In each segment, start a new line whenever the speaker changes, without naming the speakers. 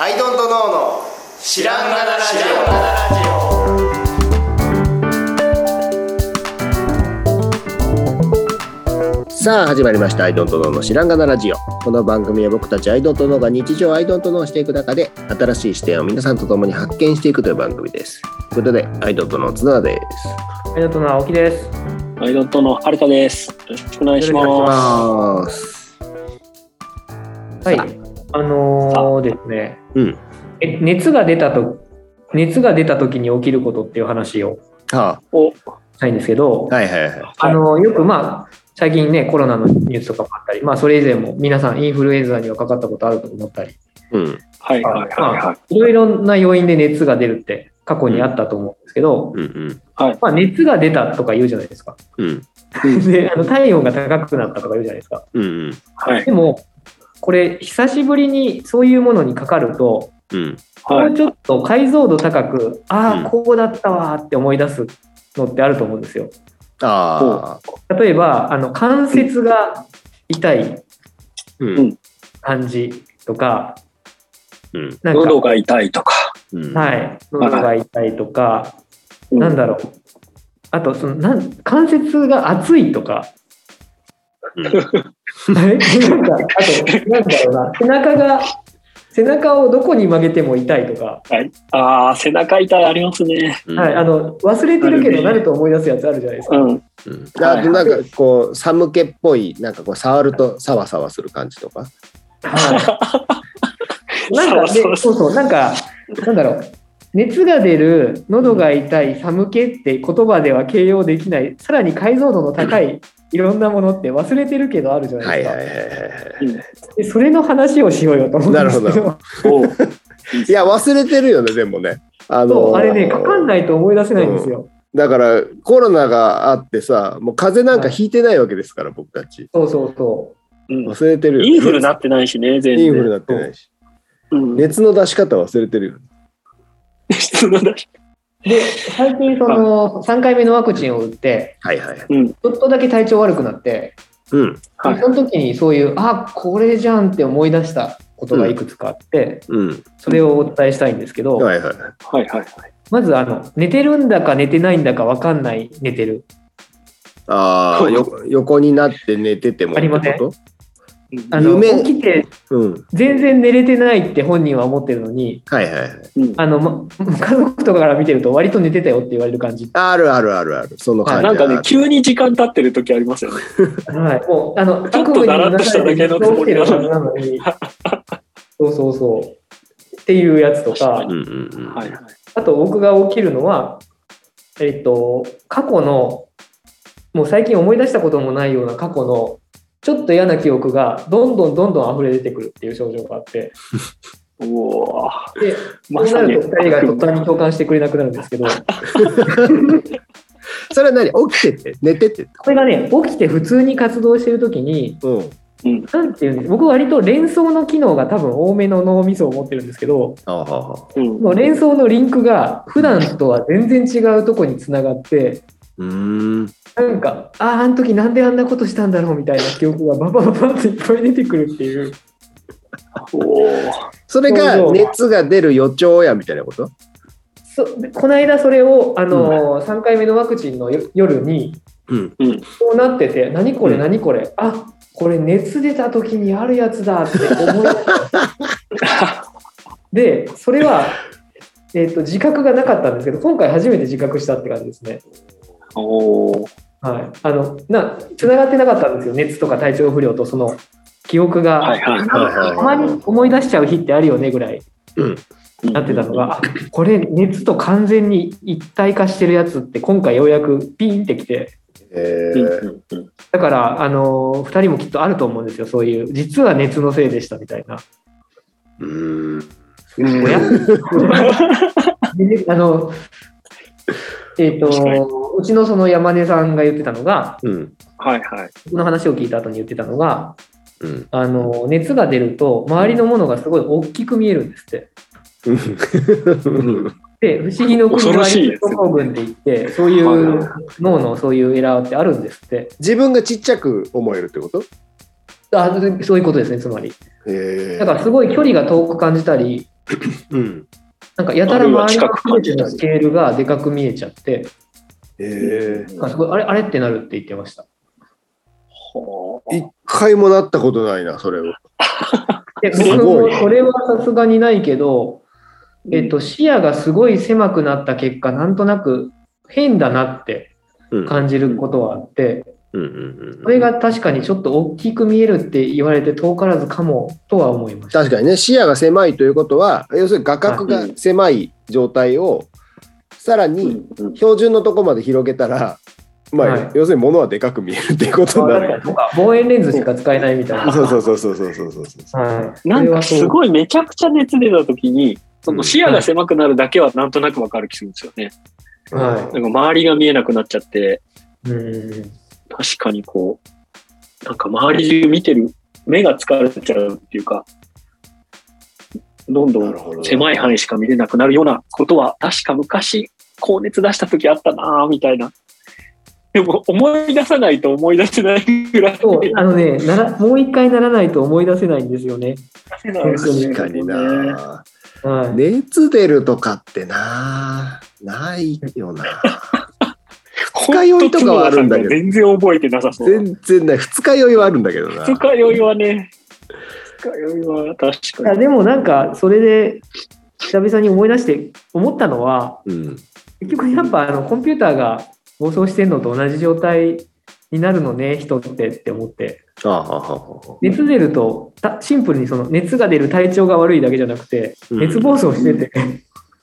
アイドントノーの知らんがなラジ
さあ始まりました「アイドントノーの知らんがなラジオ」この番組は僕たちアイドントノーが日常をアイドントノーしていく中で新しい視点を皆さんと共に発見していくという番組ですということでアイドントノー津田です
ありがとうな、青木です。
アイドントのはるかです。よろしくお願いし
よろしくお願いし
ま。
ます
あー
はい
さ。
あのーですね、
うん
え熱が出たと、熱が出た時に起きることっていう話を
は
お、
したいんですけど、
あはいはいはい
あのーよくまあ、最近ね、コロナのニュースとかもあったり、まあ、それ以前も皆さんインフルエンザにはかかったことあると思ったり、
うん
はいはいはいはい。
いろいろな要因で熱が出るって過去にあったと思うんですけど、
うんうん
まあ、熱が出たとか言うじゃないですか。
うん
で、あの体温が高くなったとか言うじゃないですか。
うん
はい
でも、これ、久しぶりにそういうものにかかると、
うん
も
は
う
い。
ちょっと解像度高くあ
うん
あこうだったわーって思い出すのってあると思うんですよ。
ああ
例えばあの関節が痛い
うん
感じとか
うん
なんか
喉が痛いとか。
うん
はい喉が痛いとか
うん
なんだろうあとそのなん関節が熱いと
う
か。
ん
はいなんかあとなんだろうな背中が背中をどこに曲げても痛いとか、
はい。ああ、背中痛いありますね。
うん
はい、あの忘れてるけど
あ
な
るね
ると思い出すやつあるじゃないですか。
うん。
うんあとなんかこう寒気っぽいなんかこう触るとサワサワする感じとか
はい。なんか
そうそう
で、そうそう、なんか、なんだろう。熱が出る、喉が痛い、寒気って言葉では形容できない、さらに解像度の高い、いろんなものって忘れてるけどあるじゃな
はいい
です
はい
か。
はいはいはい
でそれの話をしようよと思うんです
な
け
る
ど、
おう
いや忘れてるよねでもねあ
そ
の
う あれね、かかんないと思い出せないんですよ。
だからコロナがあってさもう風邪なんかひいてないわけですから、僕たち
そうそうそ
うん
忘れてるよ
インフルなってないしね、全然。
インフルなってないし
うん。
熱の出し方忘れてるよ
質問だし。
う。で、最近、その、3回目のワクチンを打って、
はいはい
うん。
ちょっとだけ体調悪くなって、
うん
はい
その時にそういう、あ、これじゃんって思い出したことがいくつかあって、
うん
それをお伝えしたいんですけど、
はいはい
はいはいはい。
まずあの寝てるんだか寝てないんだか分かんない寝てる
ああよ横になって寝てても
ありません
ってこ
うん
あの
夢
起きて
とうん
全然寝れてないって本人は思ってるのに
はいはいはい
うん
あの、ま、家族とかから見てると割と寝てたよって言われる感じ、
あるあるあるあるその感じ
なんかね、
ある
急に時間経ってる時ありますよね。
はい、もうあの
ちょっとだらっとしただけの
起きてるはずなのにそうそうそうっていうやつとか
うんうんうん
はいはい。
あと僕が起きるのはえっと過去のもう最近思い出したこともないような過去のちょっと嫌な記憶がどんどんどんどん溢れ出てくるっていう症状があって
おお。
でそ
ま
う
さ
な
に
ると2人が途端に共感してくれなくなるんですけど
それは何起きてて寝てて
これがね起きて普通に活動してる時に
うん
何て言うんです僕割と連想の機能が多分多めの脳みそを持ってるんですけど
あああ
うん。
もう連想のリンクが普段とは全然違うとこに繋がって
うーん
なんかあああの時なんであんなことしたんだろうみたいな記憶がババババっていっぱい出てくるっていう
おお。
それが熱が出る予兆やみたいなこと
そでこの間それを、あのー3回目のワクチンのよ夜に
うん
うん。
こうなってて、何これ、
うん
何これ、あこれ、熱出た時にあるやつだって思い 出したで、それは、えっと自覚がなかったんですけど、今回初めて自覚したって感じですね。
おお。
はい、あのな繋がってなかったんですよ、熱とか体調不良と、その記憶が、
はいはい
はいはいはい
たまに思い出しちゃう日ってあるよねぐらい
うん
なってたのが、あこれ、熱と完全に一体化してるやつって、今回ようやくピンってきて。
え
うんうんうん
だから、あの2人もきっとあると思うんですよ、そういう、実は熱のせいでしたみたいな。
うーん
親で あのえっ、
確かに
と、うちのその山根さんが言ってたのが、
うん
はいはい。
僕の話を聞いた後に言ってたのが、
うん
あの熱が出ると、周りのものがすごい大きく見えるんですって。で、不思議の国
恐
の
ろ
ア
し
リ
い
ス
です
ト
ね
高群って言って、そうい
はいは
う
い
脳のそういうエラーってあるんですって。
自分がちっちゃく思えるってこと
あそういうことですね、つまり。
え
だからすごい距離が遠く感じたり、
うん。
なんかやたら
あるいは
周りの
近く感じたり
スケールがでかく見えちゃって、
ええ
あすごいあれあれってなるって言ってました。
はあ
一回もなったことないな、それを。
です
ごい
僕もそれはさすがにないけど、えっと、視野がすごい狭くなった結果、なんとなく変だなって
うん。うん
感じることはあって、
うん
そ
うん
れが確かにちょっと大きく見えるって言われて遠からずかもとは思いました。
確かにね、視野が狭いということは、要するに画角が狭い状態を、さら
う
に
んうん
標準のとこまで広げたら、まあ、
はい
要するに物はでかく見えるっていうことになる。
なんか望遠レンズしか使えないみたいな。
そうそうそうそうそうそうそうそう。
はい、
なんかす
い。
ごいめちゃくちゃ熱出た時に、その視野が狭くなるだけはなんとなくわかる気するんですよね。
は
なんか周りが見えなくなっちゃって、
い。うん。
確かにこう、なんか周り中見てる、目が疲れちゃうっていうか、どんど
なるほど
ん狭い範囲しか見れなくなるようなことは、確か昔、高熱出した時あったなぁ、みたいな。でも思い出さないと思い出せないぐらい。
そう、あのね、ならもう一回ならないと思い出せないんですよね。
確かにな。
はい。
熱出るとかってな、ないよな。
二
日酔いとかはあるんだけど
全然覚えてなさそう。
全然ない。二日酔いはあるんだけどな。
二日酔いはね、二日酔いは確
い
か
や
に。
でもなんかそれで久々に思い出して思ったのは
うん。
結局やっぱあのコンピューターが暴走してるのと同じ状態になるのね人ってって思って
ああ、はあはあはあ。
熱出るとたシンプルにその熱が出る体調が悪いだけじゃなくて
うん
熱暴走してて、
うん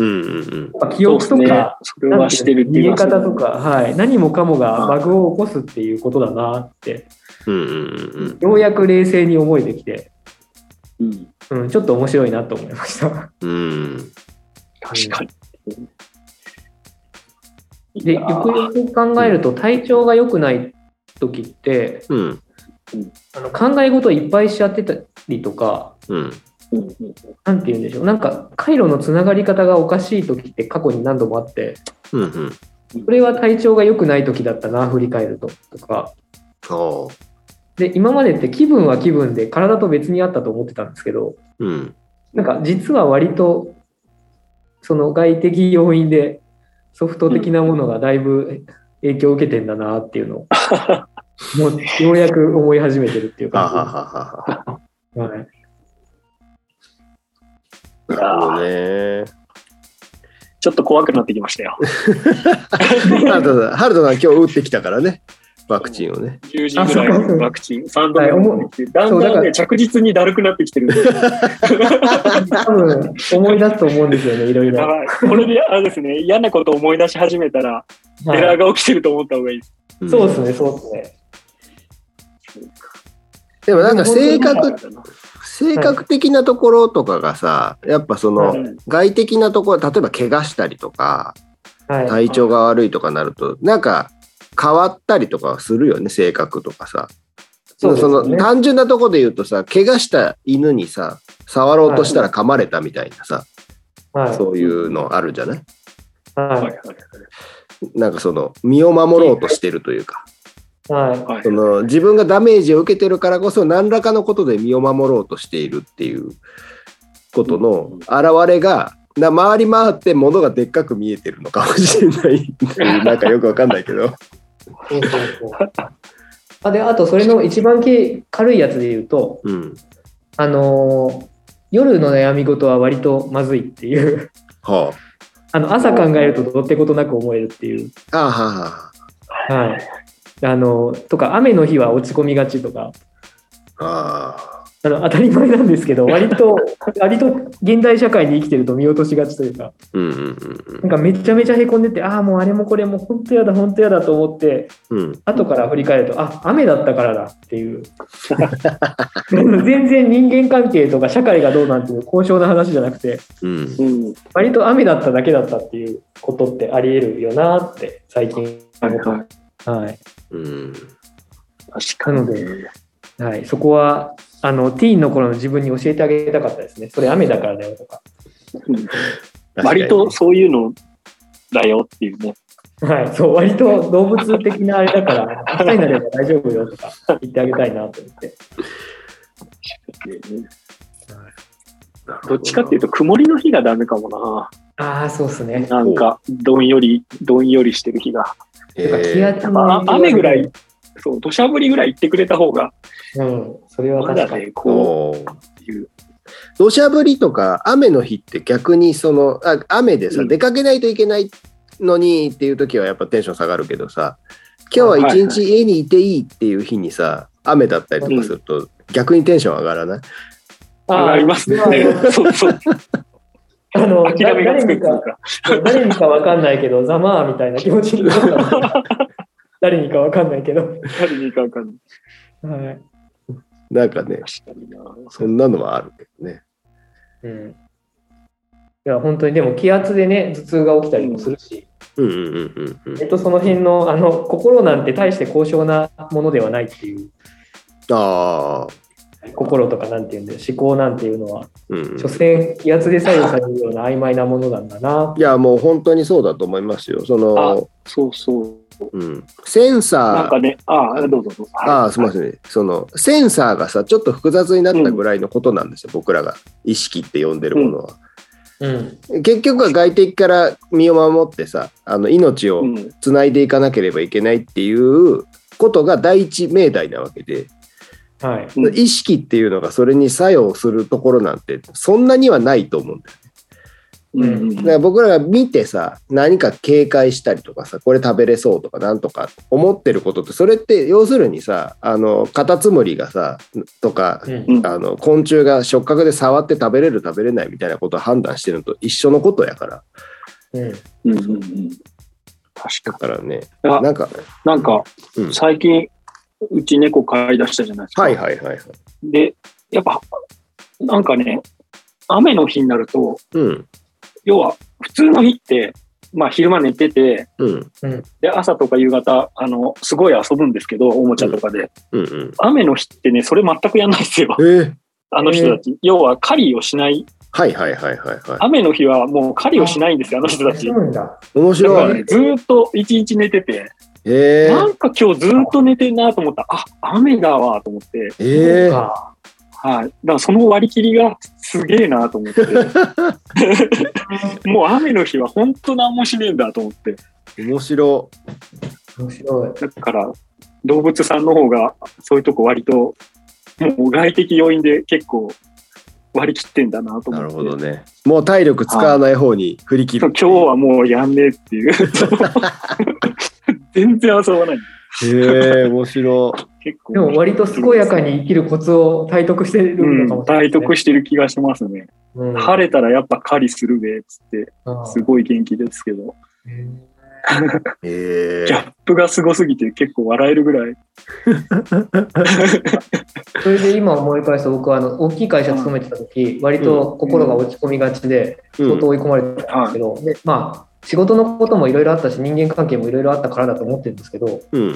うんうん。
やっぱ記憶と
そうですね
か、
それはしてるって
逃
い
げ
うか
方とか、はい、何もかもがバグを起こすっていうことだなって
うんうんうんうん。
ようやく冷静に思えてきて、
うん
うん、ちょっと面白いなと思いました。
うん。
確かに。
で
い
よ
やー
くよく考えると体調が良くない時って
うん。
あの考え事をいっぱいしちゃってたりとか
うん。
うんうん
何て言うんでしょうなんか回路のつながり方がおかしい時って過去に何度もあって
うんうん。
これは体調が良くない時だったな振り返るととか
そ
で今までって気分は気分で体と別にあったと思ってたんですけど
う。うん。
なんか実は割とその外的要因でソフト的なものがだいぶ影響を受けてんだなっていうのをもうようやく思い始めてるっていう
ははは
か、
はは。
はい、
なるほどね。
ちょっと怖くなってきましたよ。
ハルトさん、ハルトさん今日打ってきたからね。ワクチンをね。
10時ぐらいのワクチン、3度目
はい
打ってきてだん
そうだ
だ
か
ん
ら
ね、着実にだるくなってきてるんで、
多分思い出すと思うんですよねいろい ろ、
や
は
ばいこれで、あれですね、嫌なことを思い出し始めたら、エラー
い、
が起きてると思った方がいいです。
うん
そうですねそうですね
でもなんか性
は
格
い、
性格的なところとかがさ、やっぱその
うん
外的なところ、例えば怪我したりとか、
はい、
体調が悪いとかなると、なんか変わったりとかはするよね、性格とかさ。
そうです
その
ね
単純なとこで言うとさ、怪我した犬にさ、触ろうとしたら噛まれたみたいなさ、
はい
そういうのあるじゃない
はい
は
なんかその身を守ろうとしてるというか、
いは
はい
その自分がダメージを受けてるからこそ何らかのことで身を守ろうとしているっていうことの現れが、な回り回って物がでっかく見えてるのかもしれない っていうなんかよくわかんないけど。
いそうそうそうあであとそれの一番軽いやつで言うと
うん。
あのー夜の悩み事は割とまずいっていう
は
あの朝考えるとどうってことなく思えるっていう、
あ。ああはあは
はい、あのとか雨の日は落ち込みがちとか
あ。ああ。
あの当たり前なんですけど割と 割と現代社会に生きてると見落としがちというか
うんうんうん
なんかめちゃめちゃへこんでてああもうあれもこれも本当やだ本当やだと思って
うん。うん。
後から振り返るとあ雨だったからだっていう 全然人間関係とか社会がどうなんていう高尚な話じゃなくて
うん。
うん
割と雨だっただけだったっていうことってありえるよなって最近
は
思
い
っ
は
た。はい
うん。
い確かに
なのではい、そこはあのティーンの頃の自分に教えてあげたかったですね。それ雨だからだよとか。
割とそういうのだよっていうね。
はい、そう割と動物的なあれだ から、明日になれば大丈夫よとか言ってあげたいなと思って。
どっちかっていうと、曇りの日がダメかも
ああ、そうっすね。
な。なんか、どんより、どんよりしてる日が。
てか気圧の
ま
影響
あ、
は
雨ぐらい。、そう、土砂降りぐらい行ってくれた方が、
うん、それは
まだ
確かに。
ね、こ
こう
ういう。
土砂降りとか雨の日って逆にそのあ雨でさ、
うん
出かけないといけないのにっていう時はやっぱテンション下がるけどさ今日は一日家にいていいっていう日にさ雨だったりとかすると逆にテンション上がらない、
あ
ー
りますね。 そうそう。
あの、
諦めがつくってい
誰
う
にか、
か。
誰にかわかんないけど、ざまあみたいな気持ちにな った。誰にかわかんないけど。は
誰にかわかんない。
い。
なんかね
確かにな。
そんなのはあるけどね
うん。いや、本当に、でも気圧でね、頭痛が起きたりもするし、
うんうんうんうんうん
えっと、その辺の、あの、心なんて大して高尚なものではないっていう、
ああ
心とかなんていうんで、思考なんていうのは、
うんうん
所詮気圧で左右されるような曖昧なものなんだな。
いやもう本当にそうだと思いますよその、
そうそう。
うん、セン
な
サ
ん
ー
かね、ああ、どうぞどうぞ。
ああすみません、そのセンサーがさちょっと複雑になったぐらいのことなんですよ、僕らが意識って呼んでるものは、
うん。
結局は外敵から身を守ってさあの命を
うん。
つないでいかなければいけないっていうことが第一命題なわけで、
はい。
うん
意識っていうのがそれに作用するところなんてそんなにはないと思うんだよ
うん
だから僕らが見てさ何か警戒したりとかさこれ食べれそうとかなんとか思ってることってそれって要するにさあのカタツムリがさとか
うん
うん
あの昆虫が触覚で触って食べれる食べれないみたいなことを判断してるのと一緒のことやから
うん。
うんうんうん
だからね
あ
なんか、
なんか
うん、
最近、うち猫飼い出したじゃないですか。
はいはいはいはい
で、やっぱ、なんかね、雨の日になると、
うん
要は、普通の日って、まあ、昼間寝てて、
うん
で、朝とか夕方、あの、すごい遊ぶんですけど、おもちゃとかで。
うんうん
雨の日ってね、それ全くやんないんですよ
え。ー、
あの人たち。要は、狩りをしない。
はいはいはいはいは
雨の日はもう狩りをしないんですよ、あの人たち
休。むんだ。
い面
だか
白
ら
い
ね、ずーっと一日寝てて、
え
な
ー、
んか今日ずーっと寝てんなと思ったら、あ、雨だわと思って、
え
そう
ー、
か
はい。だからその割り切りがすげえなと思 って。もう雨の日は本当なんもしねえんだと思って。
面白
面白い。
だから、動物さんの方がそういうとこ割と、もう外的要因で結構割り切ってんだなと思って。
なるほどねもう体力使わない方に振り切
今
る
日はもうやんねえって いう。全然遊ばない。
へえ面白
結構。
でも割と健やかに生きるコツを体得してる
う
の
ん
かもしれない、
体得してる気がしますね。
うん、
晴れたらやっぱ狩りするべっつって、すごい元気ですけど、
うん
え
ギャップがすごすぎて結構笑えるぐらい。
それで今思い返すと僕はあの大きい会社勤めてた時割と心が落ち込みがちで
うん
相当追い込まれてたんですけど、でまあ仕事のこともいろいろあったし人間関係もいろいろあったからだと思ってるんですけど
うん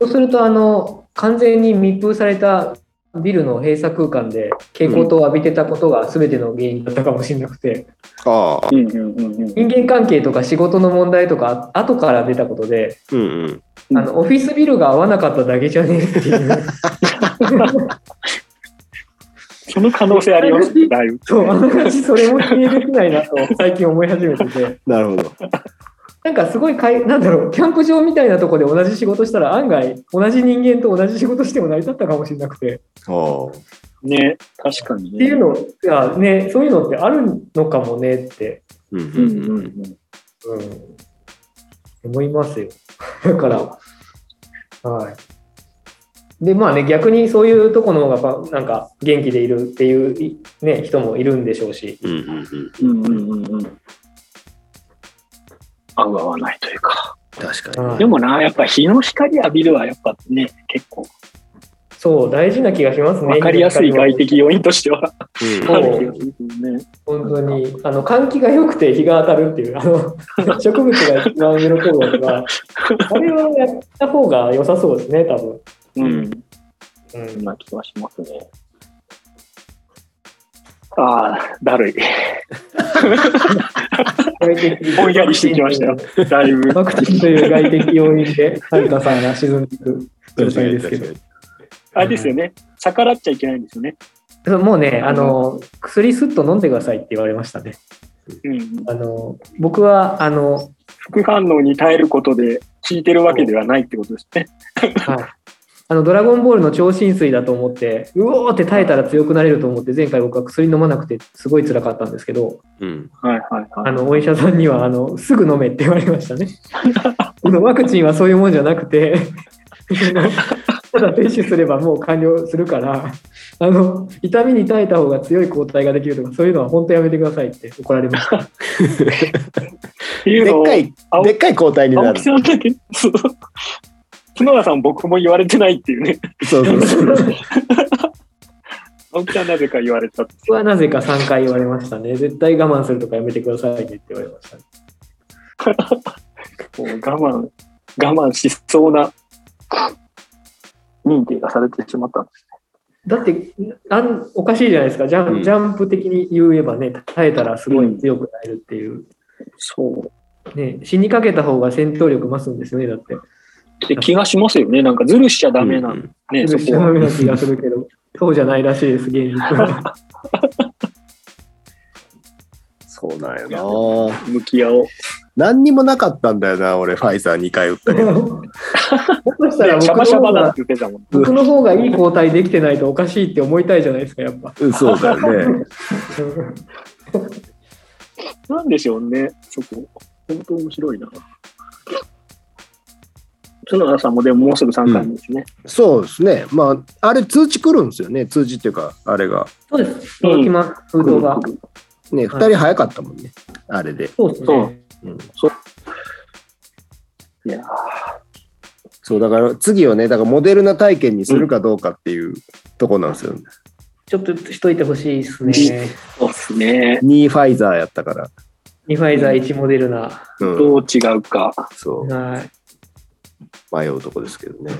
そうするとあの完全に密封されたビルの閉鎖空間で蛍光灯を浴びてたことが全ての原因だったかもしれなくて、
ああ
うんうんうんうん
人間関係とか仕事の問題とか後から出たことで、
うんうん
うん
あのオフィスビルが合わなかっただけじゃねえって いう
その可能性ありますね、だいぶ。
そうあの感じそれも否定できないなと最近思い始めてて
なるほど
なんかすごいかいなんだろうキャンプ場みたいなとこで同じ仕事したら案外同じ人間と同じ仕事しても成り立ったかもしれなくてっ
ああ
ね、確かに
て
ね。
いうのがねそういうのってあるのかもねって、
うん
う
うんん
う
うんん
うん
うん、思いますよ だからはい。で、まあね、逆にそういうとこの方がやっぱ、なんか、元気でいるっていうい、ね、人もいるんでしょうし、
うんうんうん
うんうんうんうん合う合わないというか。
確
は
か
い
でもな、やっぱ日の光浴びるはやっぱね、結構
そう、大事な気がしますね。
わかりやすい外的要因としては
に
あ
うん
そう
る気がするけどね。
本当に、あの、換気が良くて日が当たるっていう、あの、 植物が一番喜ぶやつは、あれはやった方が良さそうですね、多分。
うん。
うん
そんな気がしますね。ああ、だるい。ぼんやりしてきましたよ。だい ぶ。
ワクチンという外的要因 で、はるかさんが沈んでいく状態ですけど。
あれですよね。逆らっちゃいけないんですよね。
そうもうね、あの、薬すっと飲んでくださいって言われましたね。
うん、
あの、僕は、あの、
副反応に耐えることで効いてるわけではないってことですね。
はい。あの、ドラゴンボールの超新水だと思って、うおーって耐えたら強くなれると思って、前回僕は薬飲まなくて、すごい辛かったんですけど、
うん。
はいはいは
あ
い。
の、お医者さんには、あの、すぐ飲めって言われましたね。 このワクチンはそういうもんじゃなくて、 あのただ接種すればもう完了するから、あの、痛みに耐えた方が強い抗体ができるとか、そういうのは本当やめてくださいって怒られました。
ってい
で
うの
っ
を
か、い、
青
でっかい交代にな
青
る
木。さんだけ、そう角田さん僕も言われてないっていうね。
そうそうそう。
青木さんなぜか言われたって。
僕はなぜか3回言われましたね。絶対我慢するとかやめてくださいねって言われました、ね。
こう我慢、我慢しそうな認定がされてしまったんです。
だってあん、おかしいじゃないですか。ジャン,、
うん
ジャンプ的に言えばね、耐えたらすごい強くなれるっていう。
そう。
ね、死にかけた方が戦闘力増すんですよね、だって。
で気がしますよね。なんかずるしちゃダメな
うんん
ね、そこ
ダ
は。
メな気がするけど、そうじゃないらしいです、現実 は。
そうなんやな。
向き合おう。
何にもなかったんだよな、俺、ファイザー2回打ったけど。
そしたら
ねシャバ
僕
シ
の方
ャバだっ
が
て言ってたもん。
僕の方がいい交代できてないとおかしいって思いたいじゃないですか、やっぱ。
うんそうだよね。
うん
なんでしょうね、そこ。本当面白いな。角田さんもでももうすぐ3回目ですね。
そうですね。まあ、あれ通知来るんですよね。通知っていうか、あれが。
そうです。届きます、封筒が。
ね、2人早かったもんね。あれで。
そうです
そう
ね。
うん
いや
そう、だから次をね、だからモデルナ体験にするかどうかっていうとこなんですよ。
ちょっとしといてほしいですね
ね。そうっすね。
2ファイザーやったから。
2ファイザー1モデルナ。
うん。
どう違うか。
そう、
はい。
迷うとこですけどね。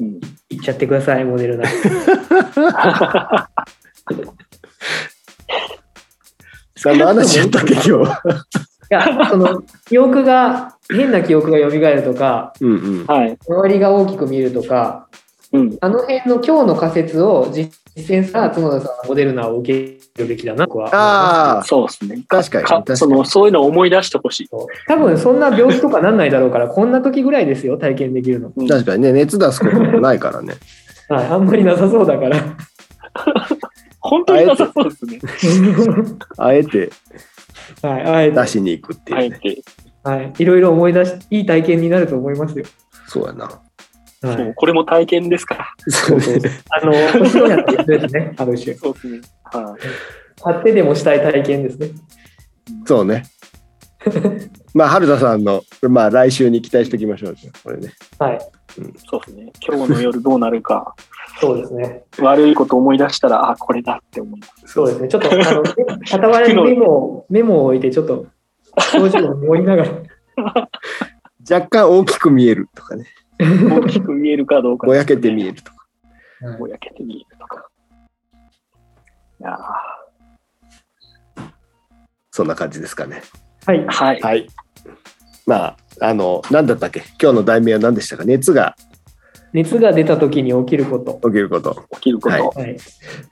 うん、
いっちゃってください、モデルナ。
さあ、何の話やったっけ、今日は。
いや、その、記憶が、変な記憶が蘇るとか、
うんうん。
はい。
周りが大きく見るとか、
うん。
あの辺の今日の仮説を実践したら、角田さんはモデルナを受け入れるべきだな、僕は。
ああ、
そうっすね。
確かに。確か
かそ
に。
のそういうのを思い出してほしい。
そう多分そんな病気とかなんないだろうから、こんな時ぐらいですよ、体験できるの。
うん
確かにね、熱出すこともないからね。
はい、あんまりなさそうだ から。
本当になさそうですね。
あえて
はい、あえて
出しに行くって
は
いう
い
ね。。
はい、いろいろ思い出し、いい体験になると思いますよ。
そうやな。
は
そう
い、
これも体験ですから。
そうそう
あの、欲しいなって言ってるやつね、ある種。
そうですね。はい。
買ってでもしたい体験ですね。
そうね。まあ、春田さんの、まあ、来週に期待しておきましょう。これね。
はい、
そうですね。今日の夜どうなるか、
そうですね。
悪いこと思い出したら、あ、これだって思 います。
そうですね。ちょっと、あの、傍らにメモを、メモを置いて、ちょっと、表情を盛りながら。
若干大きく見えるとかね。
大きく見えるかどうか、
ぼやけて見え
る。
るとか。
ぼやけて見えるとか。いやー
そんな感じですかね。
はい。
はい。
はい。まあ、あの、何だったっけ今日の題名は何でしたか熱が
熱が出た時に起きること。
起きること。
起きること。
はい
はい。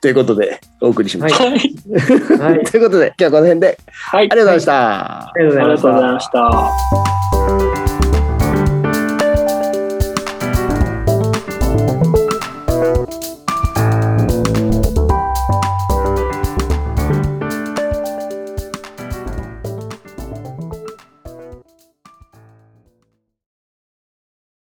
ということで、お送りしました。
はい。
はい。
ということで、今日はこの辺で、あ
はい。
りがとうございまし。
した
ありがとうご
あ
ざい
り
ま
が
し
とうござい
た
ま。した。